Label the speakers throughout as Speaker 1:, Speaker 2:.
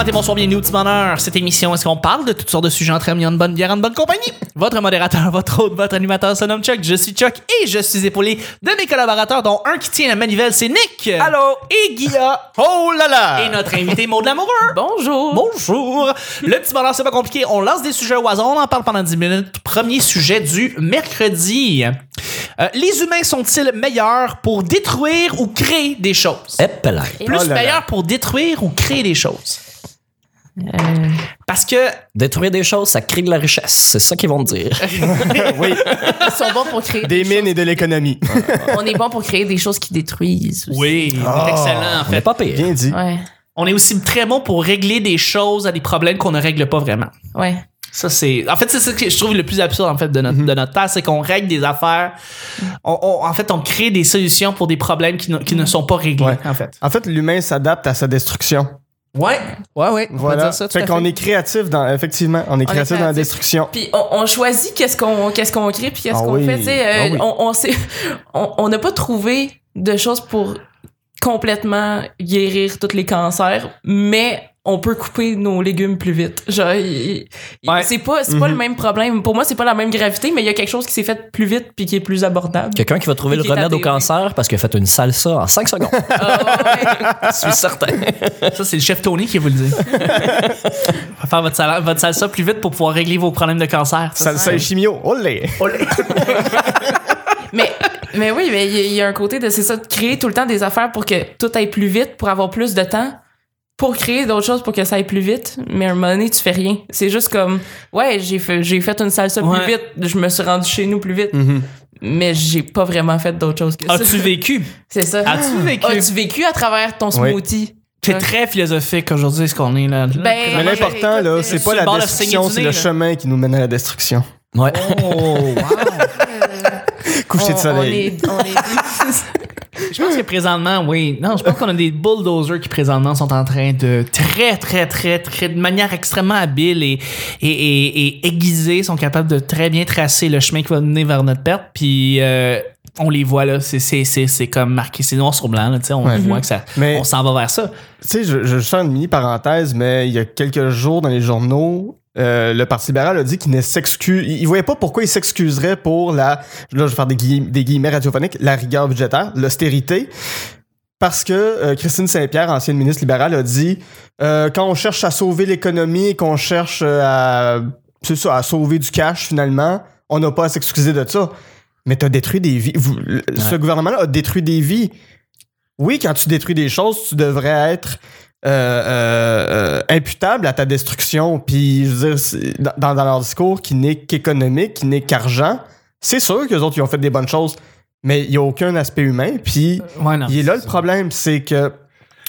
Speaker 1: à tes bonsoir, bienvenue au petit bonheur. Cette émission, est-ce qu'on parle de toutes sortes de sujets entre amis, en bonne bière, en bonne compagnie? Votre modérateur, votre hôte, votre animateur se nomme Chuck. Je suis Chuck et je suis épaulé de mes collaborateurs, dont un qui tient la manivelle, c'est Nick.
Speaker 2: Allô?
Speaker 1: Et Guilla.
Speaker 3: Oh là là!
Speaker 1: Et notre invité Maud Lamoureux.
Speaker 2: Bonjour.
Speaker 1: Bonjour. Le petit bonheur, c'est pas compliqué. On lance des sujets au hasard, on en parle pendant 10 minutes. Premier sujet du mercredi. Euh, les humains sont-ils meilleurs pour détruire ou créer des choses? Plus
Speaker 3: Oh là là.
Speaker 1: meilleurs pour détruire ou créer des choses. Parce que
Speaker 4: Détruire des choses, ça crée de la richesse. C'est ça qu'ils vont me dire.
Speaker 3: oui,
Speaker 2: Ils sont bons pour créer.
Speaker 3: des Ah, mines et de l'économie.
Speaker 2: On est bon pour créer des choses qui détruisent. aussi.
Speaker 1: oui,
Speaker 3: Ah.
Speaker 1: excellent en
Speaker 4: On n'est
Speaker 1: fait.
Speaker 4: pas pire.
Speaker 3: Bien dit.
Speaker 2: Ouais.
Speaker 1: On est aussi très bon pour régler des choses à des problèmes qu'on ne règle pas vraiment.
Speaker 2: Ouais.
Speaker 1: Ça, c'est. En fait, c'est ça que je trouve le plus absurde, en fait, de
Speaker 3: Mm-hmm.
Speaker 1: notre, de notre temps, c'est qu'on règle des affaires. On, on- en fait, on crée des solutions pour des problèmes qui, ne- qui ne sont pas réglés,
Speaker 3: Ouais.
Speaker 1: en fait.
Speaker 3: En fait, l'humain s'adapte à sa destruction.
Speaker 1: Ouais. Ouais, ouais.
Speaker 3: Voilà. fait qu'on est créatif dans, effectivement, on est créatif dans la
Speaker 2: créatif.
Speaker 3: destruction.
Speaker 2: Puis on, on choisit qu'est-ce qu'on qu'est-ce qu'on crée puis qu'est-ce
Speaker 3: Ah
Speaker 2: qu'on
Speaker 3: oui.
Speaker 2: fait. tu sais, euh,
Speaker 3: Ah oui.
Speaker 2: On on s'est- on- on n'a pas trouvé de choses pour complètement guérir tous les cancers, mais on peut couper nos légumes plus vite. Genre, il- il-
Speaker 1: Ouais.
Speaker 2: c'est pas c'est pas le même problème. Pour moi, c'est pas la même gravité, mais il y a quelque chose qui s'est fait plus vite puis qui est plus abordable.
Speaker 4: Quelqu'un qui va trouver le
Speaker 2: Qui est
Speaker 4: remède
Speaker 2: tâté,
Speaker 4: au
Speaker 2: oui.
Speaker 4: cancer parce qu'il a fait une salsa en 5 secondes.
Speaker 2: Ah,
Speaker 4: Je suis certain.
Speaker 1: Ça, c'est le chef Tony qui vous le dit. On va faire votre, sala- votre salsa plus vite pour pouvoir régler vos problèmes de cancer.
Speaker 3: Ça, ça, chimio. Oh, Olé!
Speaker 2: mais, mais oui, mais il y a- il y, a un côté de c'est ça, de créer tout le temps des affaires pour que tout aille plus vite, pour avoir plus de temps, pour créer d'autres choses pour que ça aille plus vite. Mais à un moment donné, tu fais rien. C'est juste comme, ouais, j'ai fait, j'ai fait une salsa
Speaker 1: Ouais.
Speaker 2: plus vite, je me suis rendu chez nous plus vite,
Speaker 3: Mhm.
Speaker 2: mais j'ai pas vraiment fait d'autres choses que ça.
Speaker 1: As-tu vécu?
Speaker 2: C'est ça.
Speaker 1: Ah. As-tu vécu?
Speaker 2: As-tu vécu à travers ton
Speaker 3: Oui.
Speaker 2: smoothie?
Speaker 1: C'est très philosophique aujourd'hui, ce qu'on est là.
Speaker 2: Ben,
Speaker 3: Mais
Speaker 2: moi,
Speaker 3: l'important,
Speaker 2: j'ai-
Speaker 3: là,
Speaker 2: écoute,
Speaker 3: c'est
Speaker 2: je
Speaker 3: pas
Speaker 1: suis
Speaker 3: la
Speaker 1: le bord de saigner
Speaker 3: destruction,
Speaker 1: du
Speaker 3: c'est
Speaker 1: nez,
Speaker 3: le
Speaker 1: là.
Speaker 3: chemin qui nous mène à la destruction.
Speaker 4: Ouais.
Speaker 1: Oh,
Speaker 3: Coucher de soleil.
Speaker 2: On, on est, on est-
Speaker 1: Je pense que présentement, oui. Non, je pense qu'on a des bulldozers qui présentement sont en train de très, très, très, très, de manière extrêmement habile et, et, et, et aiguisée, sont capables de très bien tracer le chemin qui va mener vers notre perte. Puis euh, on les voit là, c'est, c'est, c'est, c'est comme marqué, c'est noir sur blanc. Là, tu sais, on
Speaker 3: Ouais.
Speaker 1: voit que ça,
Speaker 3: Mais-
Speaker 1: on s'en va vers ça.
Speaker 3: Tu sais, je, je sors une mini parenthèse, mais il y a quelques jours dans les journaux, euh, le Parti libéral a dit qu'il ne s'excuse. Il, il voyait pas pourquoi il s'excuserait pour la. Là, je vais faire des, guillem- des guillemets radiophoniques, la rigueur budgétaire, l'austérité. Parce que euh, Christine Saint-Pierre, ancienne ministre libérale, a dit euh, quand on cherche à sauver l'économie, qu'on cherche euh, à, c'est ça, à sauver du cash finalement, on n'a pas à s'excuser de ça. Mais t'as détruit des vies. Vous- le- Ce gouvernement-là a détruit des vies. Oui, quand tu détruis des choses, tu devrais être euh, euh, euh, imputable à ta destruction. Puis, je veux dire, c'est- dans- dans, dans leur discours qui n'est qu'économique, qui n'est qu'argent, c'est sûr qu'eux autres, ils ont fait des bonnes choses, mais il n'y a aucun aspect humain. Puis,
Speaker 1: Ouais, non.
Speaker 3: il est là le problème, c'est que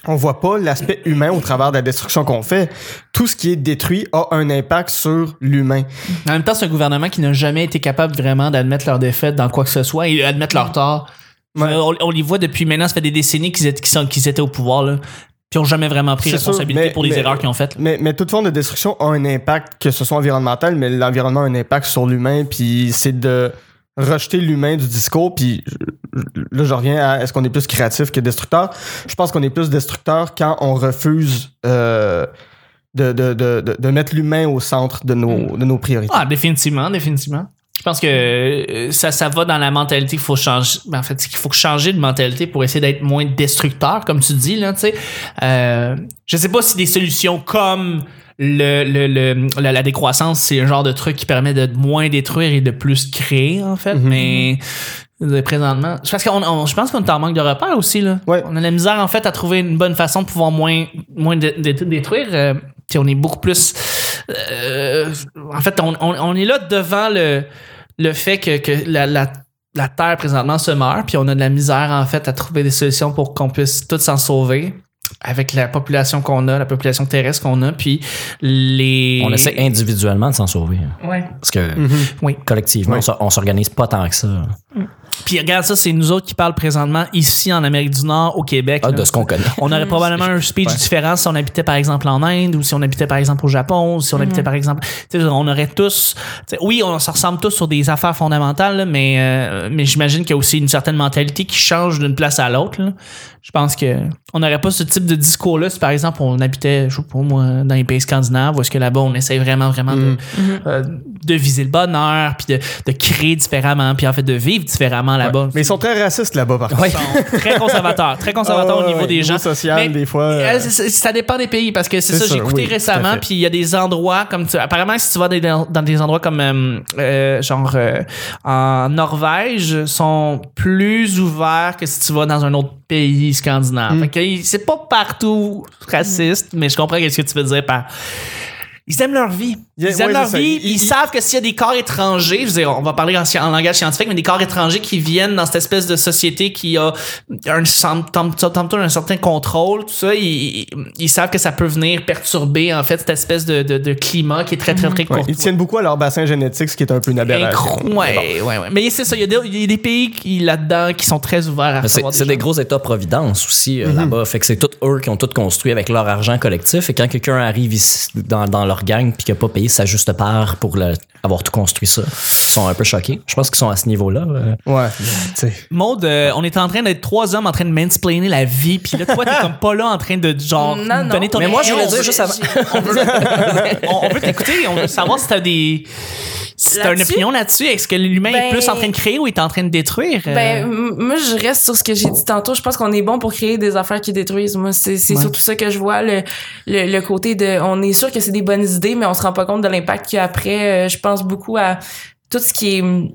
Speaker 3: on voit pas l'aspect humain au travers de la destruction qu'on fait. Tout ce qui est détruit a un impact sur l'humain.
Speaker 1: En même temps, c'est un gouvernement qui n'a jamais été capable vraiment d'admettre leur défaite dans quoi que ce soit et admettre leur tort.
Speaker 3: Ouais.
Speaker 1: Euh, On, on les voit depuis maintenant, ça fait des décennies qu'ils étaient, qu'ils sont- qu'ils étaient au pouvoir. Là. Puis ils n'ont jamais vraiment pris
Speaker 3: C'est sûr,
Speaker 1: responsabilité
Speaker 3: mais-
Speaker 1: pour les
Speaker 3: mais-
Speaker 1: erreurs qu'ils ont faites. là.
Speaker 3: Mais, mais toute forme de destruction a un impact, que ce soit environnemental, mais l'environnement a un impact sur l'humain, puis c'est de rejeter l'humain du discours, puis je- là je reviens à est-ce qu'on est plus créatif que destructeur? Je pense qu'on est plus destructeur quand on refuse euh, de, de- de- de- de mettre l'humain au centre de nos, de nos priorités.
Speaker 1: Ah, définitivement, définitivement. Je pense que euh, ça, ça va dans la mentalité qu'il faut changer. Ben, En fait, c'est qu'il faut changer de mentalité pour essayer d'être moins destructeur, comme tu dis, là, tu sais. Euh, je sais pas si des solutions comme le, le- le- la, la décroissance, c'est le genre de truc qui permet de moins détruire et de plus créer, en fait,
Speaker 3: Mhm.
Speaker 1: mais euh, présentement. C'est Parce qu'on, on- je pense qu'on est en manque de repères aussi, là.
Speaker 3: Ouais.
Speaker 1: On a la misère, en fait, à trouver une bonne façon de pouvoir moins, moins dé- dé- détruire. euh, puis on est beaucoup plus. euh, en fait, on, on- on est là devant le, le fait que, que la, la- la Terre présentement se meurt, puis on a de la misère, en fait, à trouver des solutions pour qu'on puisse tous s'en sauver avec la population qu'on a, la population terrestre qu'on a, puis les.
Speaker 4: On essaie individuellement de s'en sauver. hein,
Speaker 2: Ouais.
Speaker 4: Parce que
Speaker 1: Oui.
Speaker 4: collectivement,
Speaker 3: Oui.
Speaker 4: on s'or- on s'organise pas tant que ça.
Speaker 1: Puis regarde ça, c'est nous autres qui parlent présentement ici en Amérique du Nord, au Québec.
Speaker 4: Ah,
Speaker 1: là.
Speaker 4: de ce qu'on connaît.
Speaker 1: On aurait probablement un speech
Speaker 4: Ouais.
Speaker 1: différent si on habitait par exemple en Inde ou si on habitait par exemple au Japon ou si on habitait par exemple. tu sais, On aurait tous. tu sais, Oui, on se ressemble tous sur des affaires fondamentales, là, mais, euh, mais j'imagine qu'il y a aussi une certaine mentalité qui change d'une place à l'autre. là. Je pense que on n'aurait pas ce type de discours-là si, par exemple, on habitait, je sais pas moi, dans les pays scandinaves, où est-ce que là-bas, on essaie vraiment, vraiment de, euh, de viser le bonheur, puis de, de créer différemment, puis en fait de vivre différemment là-bas.
Speaker 3: Mais ils sont très racistes là-bas, par contre.
Speaker 1: Ils sont très conservateurs, très conservateurs
Speaker 3: Ah,
Speaker 1: au niveau
Speaker 3: ouais,
Speaker 1: des gens.
Speaker 3: social,
Speaker 1: Mais-
Speaker 3: des fois. euh,
Speaker 1: Euh, c'est- c'est- ça dépend des pays parce que c'est
Speaker 3: C'est
Speaker 1: ça, j'ai
Speaker 3: ça,
Speaker 1: écouté
Speaker 3: oui, tout à
Speaker 1: récemment
Speaker 3: fait.
Speaker 1: puis il y a des endroits comme tu, apparemment si tu vas des- dans, dans des endroits comme euh, euh, genre euh, en Norvège sont plus ouverts que si tu vas dans un autre pays scandinave.
Speaker 3: Hmm.
Speaker 1: Fait que il- c'est pas partout raciste, mais je comprends ce que tu veux dire par ils aiment leur vie. Ils
Speaker 3: Yeah,
Speaker 1: aiment
Speaker 3: ouais,
Speaker 1: leur
Speaker 3: c'est ça.
Speaker 1: vie. Ils,
Speaker 3: Ils- ils-
Speaker 1: savent que s'il y a des corps étrangers, je veux dire, on va parler en, sci- en langage scientifique, mais des corps étrangers qui viennent dans cette espèce de société qui a un, sem- tem- tem- tem- un certain contrôle, tout ça, ils, ils- ils savent que ça peut venir perturber, en fait, cette espèce de, de- de climat qui est très, très, très
Speaker 3: ouais,
Speaker 1: court.
Speaker 3: ils tiennent beaucoup à leur bassin génétique, ce qui est un peu une aberration.
Speaker 1: Incro- Ouais, ouais, ouais. Mais c'est ça, il y a des, il y a des pays qui, là-dedans qui sont très ouverts à
Speaker 4: Mais C'est
Speaker 1: recevoir
Speaker 4: c'est des
Speaker 1: gens.
Speaker 4: gros États-providence aussi euh, là-bas. Fait que c'est tous eux qui ont tout construit avec leur argent collectif. Et quand quelqu'un arrive ici, dans, dans leur gang puis qu'il n'a pas payé sa juste part pour le- avoir tout construit ça, ils sont un peu choqués. Je pense qu'ils sont à ce niveau-là. euh.
Speaker 3: Ouais, tu sais.
Speaker 1: Maud, euh, on est en train d'être trois hommes en train de mansplainer la vie, puis là, toi, t'es comme pas là en train de, genre,
Speaker 2: Non, non.
Speaker 1: donner ton
Speaker 4: Mais moi, je voulais
Speaker 1: opinion.
Speaker 4: dire juste avant.
Speaker 1: on, on veut t'écouter, on veut savoir si t'as des. Si t'as une
Speaker 2: Là-dessus?
Speaker 1: opinion là-dessus, est-ce que l'humain est
Speaker 2: Ben-
Speaker 1: plus en train de créer ou est en train de détruire? euh?
Speaker 2: Ben, m- moi, je reste sur ce que j'ai dit tantôt. Je pense qu'on est bon pour créer des affaires qui détruisent. Moi, c'est c'est
Speaker 1: Ouais.
Speaker 2: surtout ça que je vois, le, le, le côté de... On est sûr que c'est des bonnes idées, mais on se rend pas compte de l'impact qu'il y a après. Euh, je pense beaucoup à tout ce qui est hum,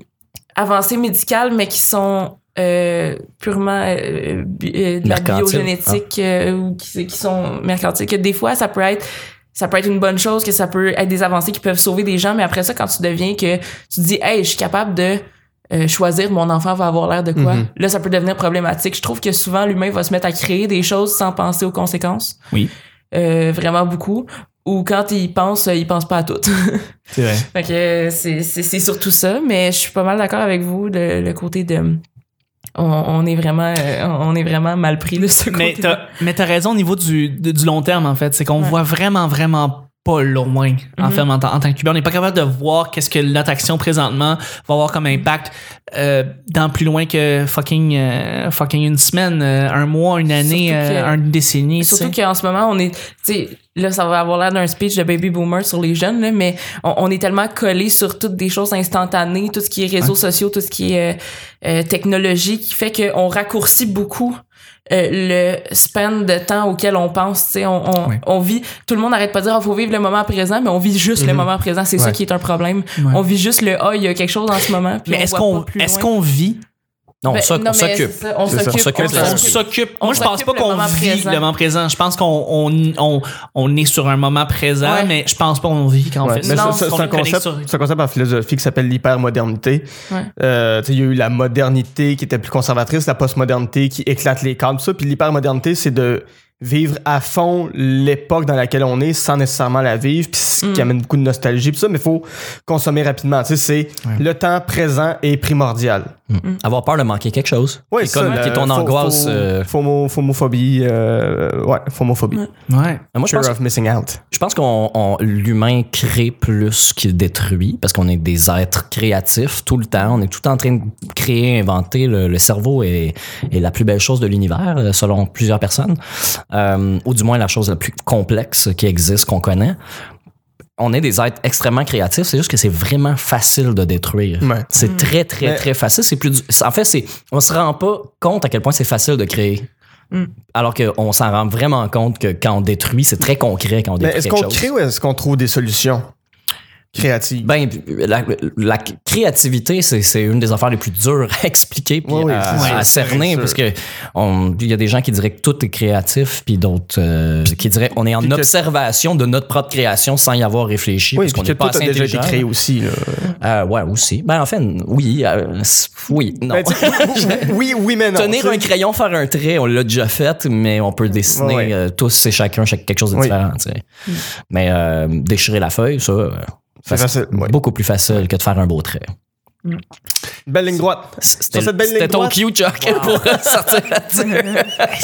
Speaker 2: avancées médicales, mais qui sont euh, purement euh, bi- euh, de la
Speaker 4: Mercantile.
Speaker 2: biogénétique
Speaker 1: Ah.
Speaker 2: euh, ou qui, qui sont mercantiles. Que des fois, ça peut être ça peut être une bonne chose, que ça peut être des avancées qui peuvent sauver des gens, mais après ça, quand tu deviens que tu te dis, hey, je suis capable de euh, choisir mon enfant va avoir l'air de quoi,
Speaker 3: Mhm.
Speaker 2: là, ça peut devenir problématique. Je trouve que souvent, l'humain va se mettre à créer des choses sans penser aux conséquences.
Speaker 4: Oui.
Speaker 2: Euh, vraiment beaucoup. Ou quand il pense, euh, il pense pas à tout.
Speaker 3: C'est vrai.
Speaker 2: fait que euh, c'est- c'est c'est surtout ça, mais je suis pas mal d'accord avec vous, le, le côté de. On, on est vraiment, euh, on est vraiment mal pris de ce
Speaker 1: mais
Speaker 2: côté.
Speaker 1: t'as mais t'as raison au niveau du, de- du long terme, en fait. C'est qu'on
Speaker 2: Ouais.
Speaker 1: voit vraiment, vraiment pas loin, en
Speaker 2: Mhm.
Speaker 1: fait, en, tant- en tant que Cubain. On n'est pas capable de voir qu'est-ce que notre action présentement va avoir comme impact euh, dans plus loin que fucking, euh, fucking une semaine, euh, un mois, une année,
Speaker 2: Surtout que-
Speaker 1: euh, une décennie.
Speaker 2: Surtout
Speaker 1: tu sais.
Speaker 2: qu'en ce moment, on est, tu sais, là, ça va avoir l'air d'un speech de baby boomer sur les jeunes, là, mais on, on est tellement collé sur toutes des choses instantanées, tout ce qui est réseaux sociaux, tout ce qui est euh, euh, technologie, qui fait qu'on raccourcit beaucoup euh, le span de temps auquel on pense, tu sais, on, on,
Speaker 1: Oui.
Speaker 2: on vit, tout le monde n'arrête pas de dire, il faut vivre le moment présent, mais on vit juste le
Speaker 3: Mhm.
Speaker 2: moment présent, c'est ça
Speaker 3: Ouais.
Speaker 2: qui est un problème.
Speaker 1: Ouais.
Speaker 2: On vit juste le, ah, il y a quelque chose en ce moment. puis
Speaker 1: Mais
Speaker 2: on
Speaker 1: est-ce
Speaker 2: voit
Speaker 1: qu'on
Speaker 2: pas plus
Speaker 1: est-ce
Speaker 2: loin.
Speaker 1: qu'on vit
Speaker 4: Non,
Speaker 2: Ben,
Speaker 4: on s'oc-
Speaker 2: non,
Speaker 4: on
Speaker 2: mais
Speaker 4: s'occupe.
Speaker 2: c'est ça, On
Speaker 3: C'est ça.
Speaker 2: s'occupe.
Speaker 4: On s'occupe,
Speaker 2: on
Speaker 4: là.
Speaker 1: on
Speaker 2: s'occupe.
Speaker 1: s'occupe.
Speaker 2: On
Speaker 1: Moi, je pense
Speaker 2: s'occupe
Speaker 1: pas
Speaker 2: le
Speaker 1: qu'on
Speaker 2: moment
Speaker 1: vit
Speaker 2: présent.
Speaker 1: le moment présent. Je pense qu'on on, on, on est sur un moment présent,
Speaker 2: Ouais.
Speaker 1: mais je pense pas qu'on vit quand on
Speaker 3: Ouais,
Speaker 1: fait
Speaker 3: mais
Speaker 2: non,
Speaker 1: ça.
Speaker 2: c'est-
Speaker 3: c'est-
Speaker 1: Qu'on
Speaker 3: c'est un
Speaker 1: est connecté
Speaker 3: concept,
Speaker 1: sur-
Speaker 3: c'est un concept en philosophie qui s'appelle l'hypermodernité.
Speaker 2: Ouais.
Speaker 3: Euh, tu sais, il y a eu la modernité qui était plus conservatrice, la postmodernité qui éclate les cadres, tout ça. Puis l'hypermodernité, c'est de vivre à fond l'époque dans laquelle on est sans nécessairement la vivre, puis ce qui
Speaker 2: Mm.
Speaker 3: amène beaucoup de nostalgie, puis ça, mais il faut consommer rapidement. Tu sais, c'est le temps présent est primordial.
Speaker 4: Mm. Avoir peur de manquer quelque chose.
Speaker 3: Ouais,
Speaker 4: qui, est comme-
Speaker 3: ça,
Speaker 4: qui est ton
Speaker 3: le- fo-
Speaker 4: angoisse.
Speaker 3: fo-
Speaker 4: euh,
Speaker 3: phomo- phomophobie. euh, ouais, phomophobie.
Speaker 1: Ouais.
Speaker 4: Moi, je
Speaker 3: Fear
Speaker 4: pense
Speaker 3: of missing out.
Speaker 4: Je pense qu'on on- l'humain crée plus qu'il détruit parce qu'on est des êtres créatifs tout le temps. On est tout en train de créer, inventer. Le, le cerveau est, est la plus belle chose de l'univers euh, selon plusieurs personnes, Euh, ou du moins la chose la plus complexe qui existe qu'on connaît. On est des êtres extrêmement créatifs. C'est juste que c'est vraiment facile de détruire.
Speaker 3: Ouais.
Speaker 4: C'est très très
Speaker 3: Hmm. Mais-
Speaker 4: très facile. C'est plus. du- En fait, c'est on se rend pas compte à quel point c'est facile de créer.
Speaker 2: Mm.
Speaker 3: Hmm.
Speaker 4: Alors qu'on s'en rend vraiment compte que quand on détruit, c'est très concret quand on
Speaker 3: Mais
Speaker 4: détruit
Speaker 3: est-ce
Speaker 4: quelque
Speaker 3: qu'on
Speaker 4: chose.
Speaker 3: crée ou est-ce qu'on trouve des solutions créatives?
Speaker 4: Ben, la, la créativité, c'est c'est une des affaires les plus dures à expliquer puis
Speaker 3: Oui, oui,
Speaker 4: à,
Speaker 3: c'est
Speaker 4: à
Speaker 3: sûr, c'est
Speaker 4: cerner
Speaker 3: sûr.
Speaker 4: parce que on- il y a des gens qui diraient que tout est créatif puis d'autres euh, qui diraient on est en
Speaker 3: puis que-
Speaker 4: observation de notre propre création sans y avoir réfléchi
Speaker 3: oui,
Speaker 4: parce qu'on
Speaker 3: puis
Speaker 4: n'est
Speaker 3: que tout
Speaker 4: pas
Speaker 3: a
Speaker 4: assez
Speaker 3: déjà été
Speaker 4: intelligent.
Speaker 3: créé aussi. là.
Speaker 4: Euh, ouais, aussi. Ben en fait, oui, euh, c'est- oui, non.
Speaker 3: Ben, tu sais, oui, oui, oui, mais non.
Speaker 4: Tenir
Speaker 3: tu sais.
Speaker 4: un crayon, faire un trait, on l'a déjà fait, mais on peut dessiner
Speaker 3: Ouais.
Speaker 4: euh, tous et chacun chaque- quelque chose de
Speaker 3: Oui.
Speaker 4: différent. tu sais. Mais euh, déchirer la feuille, ça, euh,
Speaker 3: C'est
Speaker 4: faci-
Speaker 3: facile, ouais.
Speaker 4: beaucoup plus facile que de faire un beau trait.
Speaker 3: Belle ligne droite.
Speaker 4: C'était
Speaker 3: Sur cette belle ligne
Speaker 4: c'était ton
Speaker 3: droite.
Speaker 4: cue, Chuck, pour sortir là-dessus.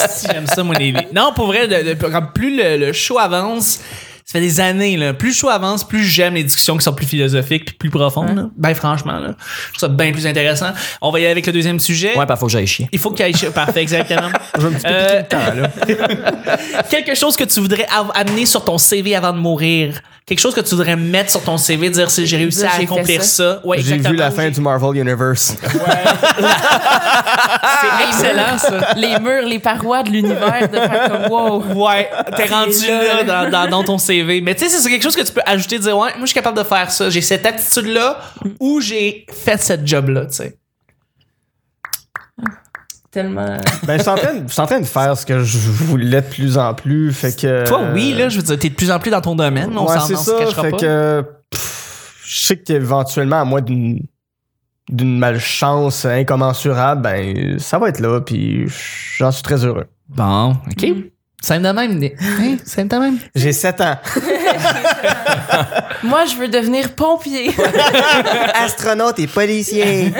Speaker 1: Si, j'aime ça, mon idée. Non, pour vrai, de- de- comme plus le, le show avance, ça fait des années. Là. Plus le show avance, plus j'aime les discussions qui sont plus philosophiques puis plus profondes. là. Ben franchement, là, je trouve ça bien plus intéressant. On va y aller avec le deuxième sujet.
Speaker 4: Ouais, bah faut que j'aille chier.
Speaker 1: Il faut qu'il y ait... Parfait, exactement.
Speaker 3: Je vais un petit peu
Speaker 1: Euh,
Speaker 3: piquer le temps, là.
Speaker 1: Quelque chose que tu voudrais av- amener sur ton CV avant de mourir. Quelque chose que tu voudrais mettre sur ton CV, dire si j'ai réussi
Speaker 2: Dire,
Speaker 1: à
Speaker 2: j'ai fait
Speaker 1: accomplir ça. Ouais,
Speaker 3: J'ai
Speaker 1: exactement.
Speaker 3: vu la fin du Marvel Universe.
Speaker 2: C'est excellent, ça. Ah, Les murs, les parois de l'univers, de faire comme wow.
Speaker 1: Ouais, t'es rendu là
Speaker 2: là.
Speaker 1: dans, dans- dans ton CV. Mais tu sais, c'est quelque chose que tu peux ajouter, dire ouais, moi je suis capable de faire ça. J'ai cette aptitude-là ou j'ai fait cette job-là, tu sais.
Speaker 2: Tellement.
Speaker 3: Ben, je suis en train de- je suis en train de faire ce que je voulais de plus en plus. Fait que.
Speaker 1: Toi, oui, là, je veux dire, t'es de plus en plus dans ton domaine. On
Speaker 3: ouais,
Speaker 1: s'en
Speaker 3: c'est
Speaker 1: on se
Speaker 3: ça.
Speaker 1: cachera
Speaker 3: Fait
Speaker 1: pas.
Speaker 3: que. pff, je sais qu'éventuellement, à moins d'une d'une malchance incommensurable, ben ça va être là, puis j'en suis très heureux.
Speaker 1: Bon, OK. Ça me Hmm. de même. des- Hein, ça me de même.
Speaker 3: J'ai 7 ans.
Speaker 2: Moi, je veux devenir pompier.
Speaker 3: Astronaute et policier.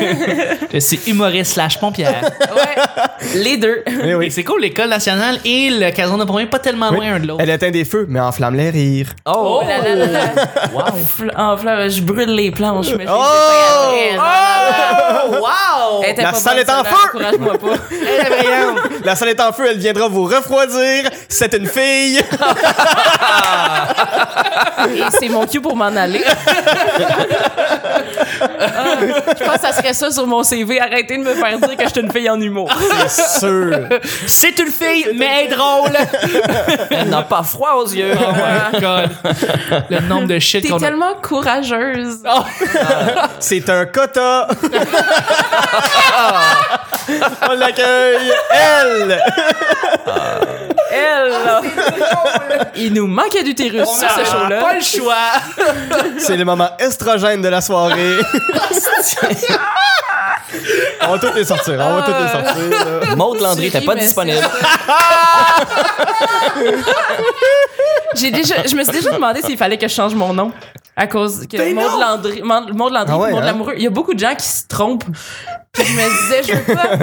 Speaker 1: C'est humoriste slash pompière.
Speaker 2: ouais. Les deux.
Speaker 3: oui,
Speaker 1: Et
Speaker 3: oui.
Speaker 1: C'est cool, l'école nationale et le cason de pompiers, pas tellement
Speaker 3: Oui.
Speaker 1: loin un de l'autre.
Speaker 3: Elle éteint des feux, mais enflamme les rires.
Speaker 2: Oh, là là là là.
Speaker 4: Wow.
Speaker 2: Fl- En fleurs, je brûle les planches. Mais je les
Speaker 3: Oh!
Speaker 2: ai pas gardées.
Speaker 1: Oh! wow!
Speaker 2: Elle était
Speaker 3: La
Speaker 2: pas
Speaker 3: salle
Speaker 2: bonne,
Speaker 3: est en
Speaker 2: celle-là,
Speaker 3: feu!
Speaker 2: Encourage-moi pas.
Speaker 3: La salle est en feu, elle viendra vous refroidir. C'est une fille.
Speaker 2: Et c'est mon cul pour m'en aller. Ah, je pense que ça serait ça sur mon CV. Arrêtez de me faire dire que je suis une fille en humour.
Speaker 3: C'est sûr.
Speaker 1: Eh, C'est une fille, mais elle est drôle!
Speaker 4: Elle n'a pas froid aux yeux.
Speaker 1: Oh my god! Le nombre de shit
Speaker 2: T'es
Speaker 1: qu'on a.
Speaker 2: tellement courageuse.
Speaker 1: Oh,
Speaker 3: C'est un quota. On l'accueille. Elle.
Speaker 2: Elle, là. Il nous manquait d'utérus
Speaker 1: on
Speaker 2: sur
Speaker 1: a
Speaker 2: ce
Speaker 1: Pas
Speaker 2: show-là.
Speaker 1: le choix!
Speaker 3: C'est le moment estrogène de la soirée. on va toutes les sortir. On va toutes les sortir.
Speaker 1: Ah.
Speaker 3: là.
Speaker 4: Maud Landry
Speaker 2: Tu
Speaker 4: était
Speaker 2: ris,
Speaker 4: pas
Speaker 2: mais
Speaker 4: disponible.
Speaker 2: J'ai déjà, je me suis déjà demandé s'il fallait que je change mon nom. À cause que
Speaker 3: Ben non!
Speaker 2: Maud Landry, Maud Maud Landry
Speaker 3: Ah ouais,
Speaker 2: Maud
Speaker 3: hein?
Speaker 2: l'amoureux, il y a beaucoup de gens qui se trompent. Puis je me disais, je veux pas. Tu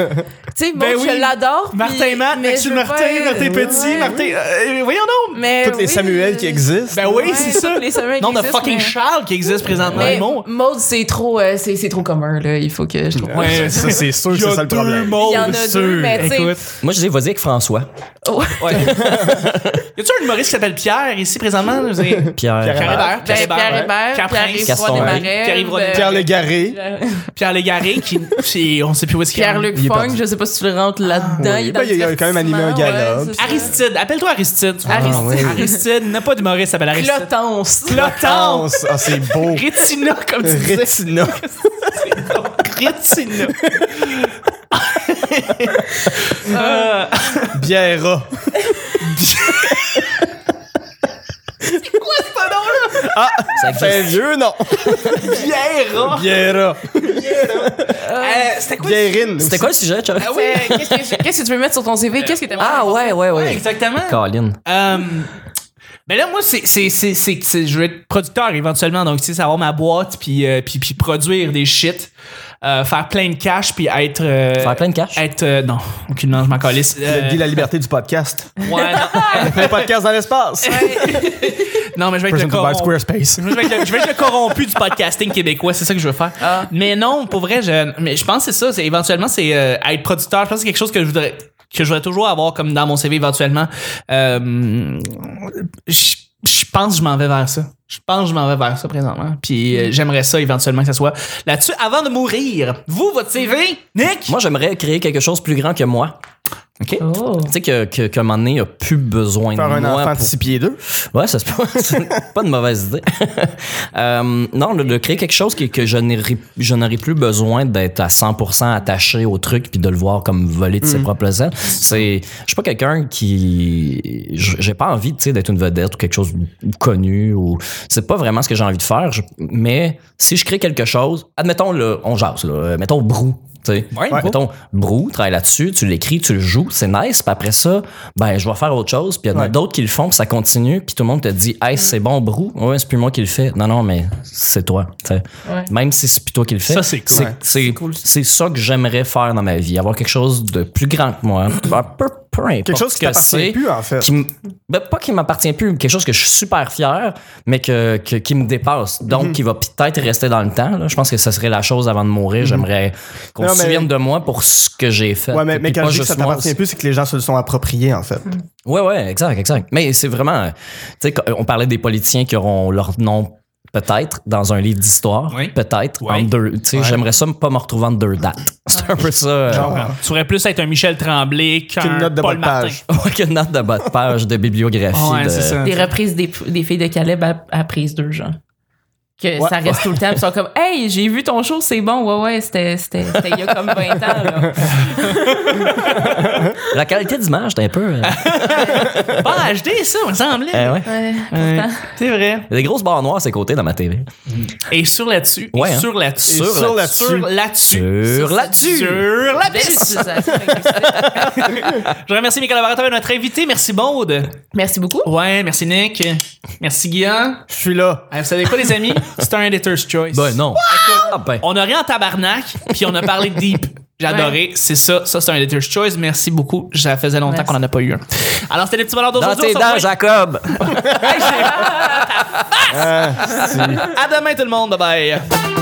Speaker 2: sais, Maud,
Speaker 1: Ben oui.
Speaker 2: je l'adore.
Speaker 1: Martin
Speaker 2: puis-
Speaker 1: Matt,
Speaker 2: mais je
Speaker 1: Mathieu
Speaker 2: veux
Speaker 1: Martin,
Speaker 2: pas-
Speaker 1: quand t'es petit,
Speaker 2: Ouais.
Speaker 1: Martin. euh, voyons donc!
Speaker 2: Mais
Speaker 3: Toutes les
Speaker 2: oui.
Speaker 3: Samuel qui existent.
Speaker 1: Ben oui,
Speaker 2: Ouais,
Speaker 1: c'est ça!
Speaker 2: toutes les Samuel qui
Speaker 1: Non, de
Speaker 2: existent,
Speaker 1: fucking
Speaker 2: mais-
Speaker 1: Charles qui existe présentement.
Speaker 2: Mais
Speaker 1: le monde.
Speaker 2: Maud, c'est trop, euh, c'est c'est trop commun, là. Il faut que je trouve.
Speaker 1: Ouais,
Speaker 3: ça, c'est sûr que
Speaker 1: Il y
Speaker 3: c'est ça
Speaker 1: a
Speaker 3: le
Speaker 1: deux
Speaker 3: problème.
Speaker 1: mondes,
Speaker 2: Il y en a deux,
Speaker 1: sûr.
Speaker 2: mais tu sais-
Speaker 1: Écoute.
Speaker 4: Moi, je dis, vas-y avec François.
Speaker 2: Oh.
Speaker 1: Y a-tu un humoriste qui s'appelle Pierre ici présentement? Vous avez-
Speaker 4: Pierre.
Speaker 1: Pierre
Speaker 3: Hébert.
Speaker 1: Hébert.
Speaker 2: Ben, Pierre Hébert,
Speaker 1: Ah. Pierre
Speaker 2: Pierre
Speaker 1: Prince.
Speaker 4: Gaston
Speaker 2: Roy
Speaker 4: Marie,
Speaker 2: Desmarais,
Speaker 1: Pierre-Yves Roy-
Speaker 2: ben,
Speaker 3: Pierre Légaré.
Speaker 1: Pierre Légaré, qui, c'est- on sait plus où est-ce qu'il est.
Speaker 2: Pierre-Luc
Speaker 3: Il est
Speaker 2: Funk,
Speaker 3: parti.
Speaker 2: je sais pas si tu le rentres là-dedans.
Speaker 3: oui.
Speaker 2: est
Speaker 3: Ben,
Speaker 2: dans le
Speaker 3: il a quand même animé un
Speaker 2: divertissement,
Speaker 3: gala,
Speaker 2: ouais, c'est ça.
Speaker 1: Aristide, appelle-toi Aristide.
Speaker 4: Ah,
Speaker 2: Aristide.
Speaker 3: oui.
Speaker 1: Aristide n'a pas d'humoriste, il s'appelle Aristide.
Speaker 2: Clotance.
Speaker 1: Clotan.
Speaker 3: Hortense. Ah, c'est beau.
Speaker 1: Rétina, comme tu disais.
Speaker 3: Rétina.
Speaker 1: Rétina. Euh,
Speaker 3: Biera.
Speaker 4: Ça
Speaker 3: C'est
Speaker 4: existe.
Speaker 3: vieux, non.
Speaker 1: Bière.
Speaker 3: Biera.
Speaker 1: Euh, C'était quoi?
Speaker 3: Bierine.
Speaker 4: C'était quoi le sujet, Chuck?
Speaker 1: Ah oui,
Speaker 2: Euh, Qu'est-ce que- qu'est-ce que tu veux mettre sur ton CV? Qu'est-ce que t'aimerais?
Speaker 4: Ah ouais, ouais, ouais.
Speaker 1: exactement.
Speaker 4: Colin.
Speaker 1: Euh, ben là, moi, c'est, c'est, c'est, c'est, c'est- je vais être producteur éventuellement. Donc, tu sais, savoir ma boîte, puis, euh, puis, puis produire des shit, euh, faire plein de cash, puis être. euh,
Speaker 4: Faire plein de cash?
Speaker 1: Être. euh, non, aucunement, je m'en calisse. Euh,
Speaker 3: Guy la liberté du podcast.
Speaker 1: ouais, non,
Speaker 3: Un podcast dans l'espace.
Speaker 1: non, mais je vais être le
Speaker 3: Presented by
Speaker 1: corrompu.
Speaker 3: Squarespace.
Speaker 1: Je vais, être le, je vais être le corrompu du podcasting québécois, c'est ça que je veux faire. Mais non, pour vrai, je, mais je pense que c'est ça. C'est, éventuellement, c'est euh, être producteur. Je pense que c'est quelque chose que je voudrais que je voudrais toujours avoir comme dans mon CV éventuellement. Euh, je, je pense que je m'en vais vers ça. Je pense que je m'en vais vers ça présentement. Puis euh, j'aimerais ça éventuellement que ça soit là-dessus. Avant de mourir, vous, votre CV, Nick?
Speaker 4: Moi, j'aimerais créer quelque chose de plus grand que moi. OK?
Speaker 2: Oh.
Speaker 4: Tu sais que, que, qu'à un moment donné, il n'y a plus besoin
Speaker 3: Faire
Speaker 4: de
Speaker 3: un
Speaker 4: moi
Speaker 3: enfant de
Speaker 4: pour
Speaker 3: 6 pieds 2.
Speaker 4: Ouais, ça se peut. C'est pas une mauvaise idée. Euh, non, de, de créer quelque chose qui- que je n'aurai je n'aurai plus besoin d'être à 100% attaché au truc puis de le voir comme voler de ses propres ailes. C'est, je suis pas quelqu'un qui, j- j'ai pas envie, tu sais, d'être une vedette ou quelque chose de connu ou c'est pas vraiment ce que j'ai envie de faire. Je- mais si je crée quelque chose, admettons le, on jase là, euh, mettons brou. tu sais. Mettons, Brou, travaille là-dessus, tu l'écris, tu le joues, c'est nice. Puis après ça, ben, je vais faire autre chose. Puis il y en a
Speaker 3: Ouais.
Speaker 4: d'autres qui le font, puis ça continue. Puis tout le monde te dit, hey, c'est bon, Brou. Ouais, c'est plus moi qui le fais. Non, non, mais c'est toi. tu sais.
Speaker 2: Ouais.
Speaker 4: Même si c'est plus toi qui le fais.
Speaker 1: Ça, c'est cool.
Speaker 4: C'est c'est- c'est ça que j'aimerais faire dans ma vie. Avoir quelque chose de plus grand que moi. un peu peu importe
Speaker 3: Quelque chose
Speaker 4: ce
Speaker 3: qui
Speaker 4: que c'est.
Speaker 3: t'appartient plus, en fait.
Speaker 4: qui m- ben, pas qui m'appartient plus, mais quelque chose que je suis super fier, mais que, que- qui me dépasse. Donc,
Speaker 3: Mhm.
Speaker 4: qui va peut-être rester dans le temps. là. Je pense que ce serait la chose avant de mourir. J'aimerais qu'on
Speaker 3: Mhm. Non,
Speaker 4: se
Speaker 3: mais-
Speaker 4: souvienne de moi pour ce que j'ai fait.
Speaker 3: Ouais, mais,
Speaker 4: Puis
Speaker 3: mais quand
Speaker 4: pas
Speaker 3: je dis que
Speaker 4: juste
Speaker 3: ça
Speaker 4: moi,
Speaker 3: t'appartient plus, c'est que les gens se le sont approprié, en fait.
Speaker 4: Ouais, ouais, exact, exact. Mais c'est vraiment, euh, tu sais, on parlait des politiciens qui auront leur nom peut-être dans un livre d'histoire,
Speaker 1: Oui.
Speaker 4: peut-être
Speaker 1: Oui. Ah.
Speaker 4: en deux. Tu sais, j'aimerais ça me- pas me retrouver en deux dates. C'est un peu ça. euh,
Speaker 3: Genre,
Speaker 1: Tu pourrais plus être un Michel Tremblay
Speaker 3: qu'une
Speaker 1: qu'un
Speaker 3: note de bas
Speaker 1: Paul
Speaker 3: de
Speaker 1: Martin.
Speaker 3: page.
Speaker 4: ouais, qu'une note de bas de page de bibliographie.
Speaker 1: Ouais,
Speaker 4: de-
Speaker 1: c'est ça.
Speaker 2: Des reprises des, des filles de Caleb à, à prise 2, genre. Que
Speaker 3: Ouais.
Speaker 2: ça reste tout le temps. Ils sont comme, hey, j'ai vu ton show, c'est bon. Ouais, ouais, c'était c'était- c'était il y a comme 20 ans. Là.
Speaker 4: La qualité d'image, t'es un peu. euh,
Speaker 1: Pas HD, ça, me semblait.
Speaker 4: euh, ouais.
Speaker 2: Ouais,
Speaker 1: Eh Ouais,
Speaker 2: pourtant.
Speaker 1: c'est vrai.
Speaker 4: Il y a des grosses barres noires à ses côtés dans ma TV.
Speaker 1: Et sur là-dessus.
Speaker 4: Ouais,
Speaker 1: et
Speaker 4: hein.
Speaker 1: Sur là-dessus.
Speaker 3: Et sur là-dessus.
Speaker 1: Sur là-dessus.
Speaker 4: Sur là-dessus.
Speaker 1: Sur
Speaker 2: Belle
Speaker 1: là-dessus.
Speaker 2: utilisation linguistique.
Speaker 1: Je remercie mes collaborateurs et notre invité. Merci, Baude.
Speaker 2: Merci beaucoup.
Speaker 1: Ouais, merci, Nick. Merci, Guillaume.
Speaker 3: Je suis là.
Speaker 1: Ah, Vous savez quoi, les amis? C'est un Editor's Choice.
Speaker 4: Ben non. Ah ben.
Speaker 1: On a rien en tabarnak, puis on a parlé de deep. J'ai adoré. C'est ça. Ça, c'est un Editor's Choice. Merci beaucoup. Ça faisait longtemps
Speaker 2: Merci.
Speaker 1: qu'on en a pas eu un. Alors, c'était les petits bonheurs
Speaker 4: Dans
Speaker 1: d'aujourd'hui.
Speaker 4: tes
Speaker 1: On se
Speaker 4: dents,
Speaker 1: revoit-
Speaker 4: Jacob!
Speaker 1: À demain, tout le monde. Bye bye.